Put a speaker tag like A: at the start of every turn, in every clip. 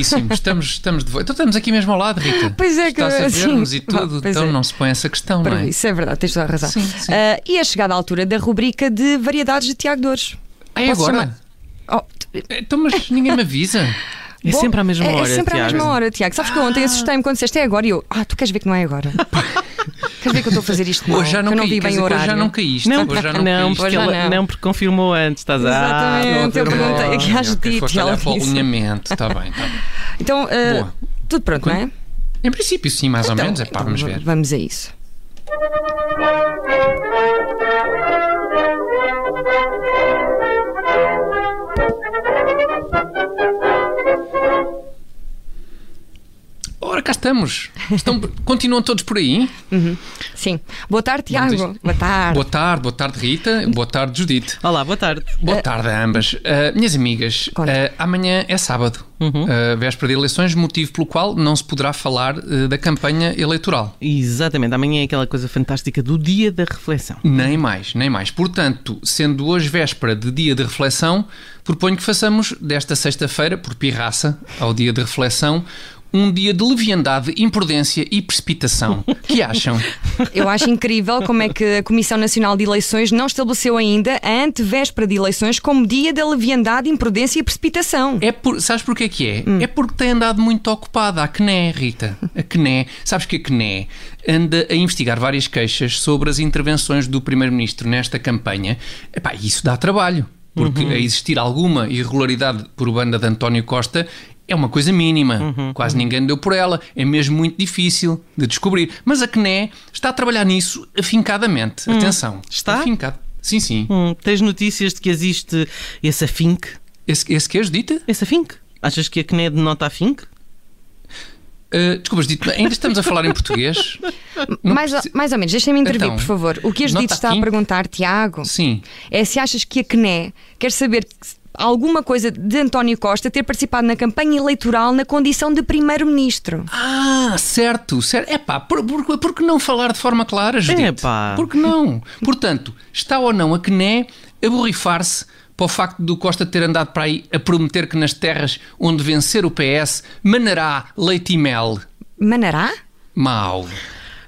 A: Sim, estamos, estamos de volta. Então estamos aqui mesmo ao lado, Rita.
B: Pois é que-
A: Está-se a ver-nos
B: sim.
A: e tudo,
B: Ah, pois
A: então
B: é.
A: não se põe essa questão, não
B: Para
A: é?
B: isso, é verdade, tens toda a razão.
A: Sim, sim.
B: Ah, e é chegada a altura da rubrica de variedades de Tiago Dores.
A: Ah, é
B: Posso
A: agora?
B: chamar? Oh, t-
A: Então, mas ninguém me avisa.
C: É
B: bom,
C: sempre à mesma
B: é,
C: hora,
B: É sempre à
C: Tiago.
B: mesma hora, Tiago. Sabes que eu
A: Ah.
B: ontem assustei-me quando disseste é agora e eu, ah, tu queres ver que não é agora? queres ver que eu estou a fazer isto mal?
A: Hoje já
B: que
A: não
B: eu não
A: caí,
B: vi
A: quer
B: bem
A: dizer,
B: o
A: que hoje
B: horário.
A: já não caíste.
C: Não,
A: hoje já não,
C: não,
A: caíste.
C: porque
B: já
C: ela-
B: não.
C: não, porque confirmou antes, estás a.
B: Exatamente, eu perguntei aqui às
A: é, Ok,
B: dito
A: Foste
B: e ela
A: olhar para o
B: disse.
A: alinhamento, está bem, está bem.
B: Então, ah,
A: Boa.
B: tudo pronto, não é?
A: Em princípio, sim, mais ou
B: Então,
A: menos. É pá,
B: então
A: vamos
B: v-
A: ver.
B: Vamos a isso.
A: Ora, cá estamos. Estão, continuam todos por aí.
B: Sim. Boa tarde, Tiago.
A: isto.
B: Boa tarde.
A: Boa tarde, boa tarde, Rita. Boa tarde, Judite.
C: Olá, boa tarde.
A: Boa tarde a ambas. Ah, minhas amigas,
B: Conta.
A: ah, amanhã é sábado, ah, véspera de eleições, motivo pelo qual não se poderá falar ah, da campanha eleitoral.
C: Exatamente, amanhã é aquela coisa fantástica do dia da reflexão.
A: Nem mais, nem mais. Portanto, sendo hoje véspera de dia de reflexão, proponho que façamos desta sexta-feira, por pirraça, ao dia de reflexão, um dia de leviandade, imprudência e precipitação. Que acham?
B: Eu acho incrível como é que a Comissão Nacional de Eleições não estabeleceu ainda a antevéspera de eleições como dia da leviandade, imprudência e precipitação.
A: É por, sabes porquê que é? É porque tem andado muito ocupada, a CNE, Rita. A CNE. Sabes que a CNE anda a investigar várias queixas sobre as intervenções do Primeiro-Ministro nesta campanha. Epá, isso dá trabalho. Porque a existir alguma irregularidade por banda de António Costa é uma coisa mínima. Quase ninguém deu por ela. É mesmo muito difícil de descobrir. Mas a CNE está a trabalhar nisso afincadamente. Atenção.
C: Está?
A: Afincado. Sim, sim.
C: Hum, tens notícias de que existe esse afink?
A: Esse, esse que é, Judita?
C: Esse afink? Achas que a CNE denota afink?
A: Uh, desculpa, Judite, ainda estamos a falar em português? Não
B: Mais, ou-
A: preci-
B: mais ou menos, deixem-me intervir,
A: Então,
B: por favor. O que a Judite
A: nota
B: está a
A: quinta.
B: perguntar, Tiago,
A: Sim.
B: é se achas que a CNE quer saber se- alguma coisa de António Costa ter participado na campanha eleitoral na condição de Primeiro-Ministro.
A: Ah, certo, certo. É pá, por, por, por que não falar de forma clara, Judite?
C: Epá.
A: Por que não? Portanto, está ou não a CNE a borrifar-se para o facto do Costa ter andado para aí a prometer que nas terras onde vencer o PS manará leite e mel?
B: Manará?
A: Mau.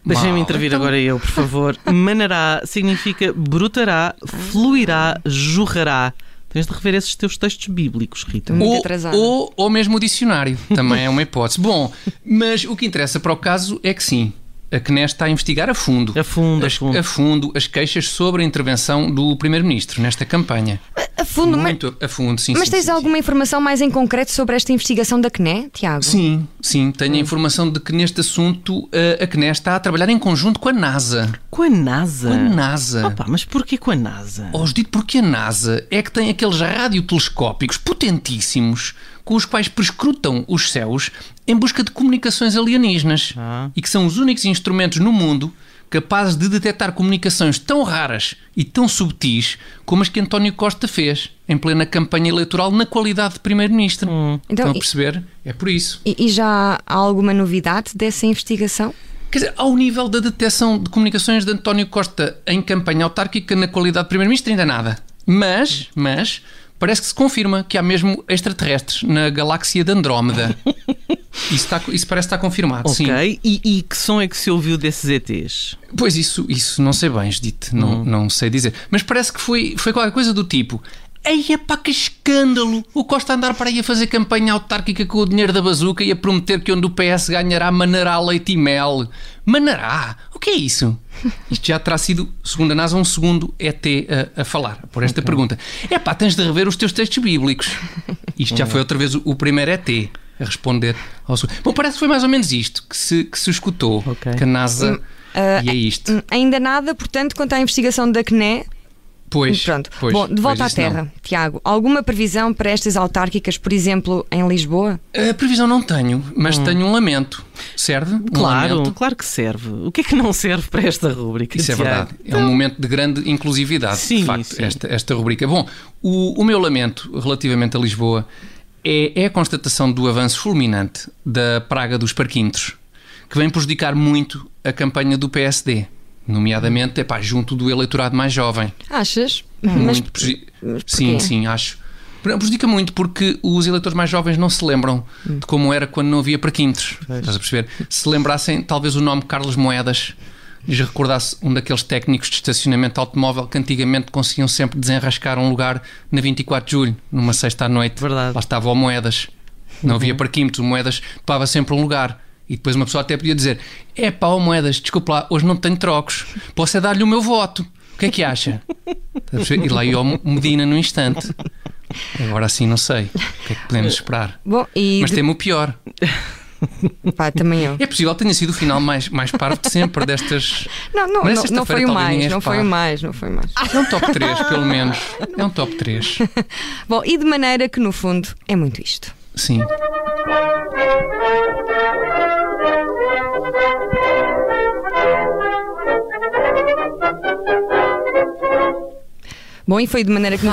C: Deixem-me
A: Mau.
C: intervir
B: Então.
C: agora eu, por favor. Manará significa brutará, fluirá, jorrará. Tens de rever esses teus textos bíblicos, Rita.
B: Muito
A: ou,
B: atrasada.
A: ou, ou mesmo o dicionário, também é uma hipótese. Bom, mas o que interessa para o caso é que sim, a CNE está a investigar a fundo.
C: A fundo, a
A: as,
C: fundo.
A: fundo as queixas sobre a intervenção do Primeiro-Ministro nesta campanha.
B: A fundo, mas,
A: Muito a fundo, sim.
B: mas
A: sim,
B: tens
A: sim,
B: alguma informação mais em concreto sobre esta investigação da CNE, Tiago?
A: Sim, sim, tenho a informação de que neste assunto eh, a, a CNE está a trabalhar em conjunto com a NASA.
C: Com a NASA.
A: Com
B: Ah.
A: a NASA.
C: Opa, mas porquê com a NASA?
A: Oh, Judito, porque a NASA é que tem aqueles radiotelescópicos potentíssimos com os quais prescrutam os céus em busca de comunicações alienígenas
C: Ah.
A: e que são os únicos instrumentos no mundo capazes de detectar comunicações tão raras e tão subtis como as que António Costa fez em plena campanha eleitoral na qualidade de Primeiro-Ministro.
B: Então,
A: Estão a
B: e-
A: perceber? É por isso.
B: E, e já há alguma novidade dessa investigação?
A: Quer dizer, ao nível da detecção de comunicações de António Costa em campanha autárquica na qualidade de Primeiro-Ministro, ainda nada. Mas, mas, parece que se confirma que há mesmo extraterrestres na galáxia de Andrómeda. Isso, está- isso parece estar confirmado, sim.
C: Ok, e, e que som é que se ouviu desses ETs?
A: Pois isso, isso não sei bem, Judite, não, não sei dizer. Mas parece que foi, foi qualquer coisa do tipo. Eia pá, que escândalo! O Costa andar para aí a fazer campanha autárquica com o dinheiro da bazuca e a prometer que onde o PS ganhará manará leite e mel. Manará? O que é isso? Isto já terá sido, segundo a NASA, um segundo ET a, a falar por esta pergunta. É pá, tens de rever os teus textos bíblicos. Isto já foi outra vez o, o primeiro ET a responder ao segundo. Bom, parece que foi mais ou menos isto que se, que se escutou.
C: Ok.
A: Que a NASA. e é isto.
B: Hum, Ainda nada, portanto, quanto à investigação da CNE.
A: Pois.
B: Pronto.
A: pois,
B: Bom, de
A: pois,
B: volta à
A: isso não.
B: Terra, Tiago, alguma previsão para estas autárquicas, por exemplo, em Lisboa?
A: A previsão não tenho, mas tenho um lamento. Serve? Um
C: Hum. Claro,
A: lamento?
C: claro que serve. O que é que não serve para esta rúbrica?
A: Isso é
C: Tiago?
A: verdade. É um momento de grande inclusividade, de
C: Sim,
A: facto,
C: sim.
A: Esta, esta rubrica. Bom, o, o meu lamento relativamente a Lisboa é, é a constatação do avanço fulminante da praga dos parquímetros, que vem prejudicar muito a campanha do PSD, nomeadamente epá, junto do eleitorado mais jovem.
B: Achas?
A: Uhum. Muito preju-
B: Uhum. mas porquê?
A: Sim, sim, acho. Prejudica muito porque os eleitores mais jovens não se lembram de como era quando não havia prequintos.
C: Pois.
A: Estás a perceber? Se lembrassem, talvez o nome Carlos Moedas lhes recordasse um daqueles técnicos de estacionamento de automóvel que antigamente conseguiam sempre desenrascar um lugar na 24 de julho, numa sexta à noite.
C: Verdade.
A: Lá estava o Moedas. Não havia parquímetro, o Moedas topava sempre um lugar. E depois uma pessoa até podia dizer: É pá, ó Moedas, desculpa lá, hoje não tenho trocos, posso é dar-lhe o meu voto. O que é que acha? Estás a perceber? E lá ia o Medina no instante. Agora assim não sei o que é que podemos esperar.
B: Bom, e
A: Mas
B: de-
A: temo o pior.
B: pá, também eu.
A: É possível que tenha sido o final mais, mais parvo de sempre destas.
B: Não, não,
A: Mas
B: não,
A: esta
B: não foi o
A: feira talvez é
B: mais,
A: ninguém
B: não foi o
A: repare.
B: mais, não foi o mais.
A: É um top 3, pelo menos. É um top 3.
B: Bom, e de maneira que no fundo é muito isto.
A: Sim.
B: Bom, e foi de maneira que no